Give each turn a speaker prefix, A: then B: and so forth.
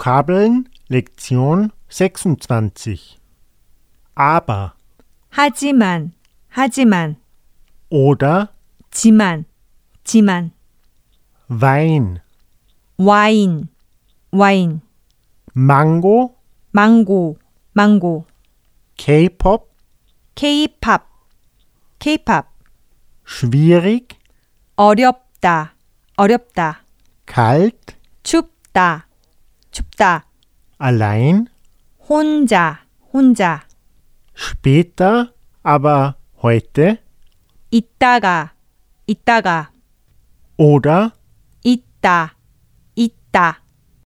A: Vokabeln Lektion 26 Aber
B: 하지만, 하지만,
A: oder
B: 지만, 지만,
A: Wein,
B: 와인, 와인,
A: Mango,
B: 망고, 망고,
A: K-Pop,
B: 케이팝, 케이팝,
A: schwierig,
B: 어렵다, 어렵다,
A: kalt,
B: 춥다, 춥다,
A: allein,
B: 혼자, 혼자,
A: später, aber heute
B: 있다가, 있다가,
A: oder
B: 있다, 있다.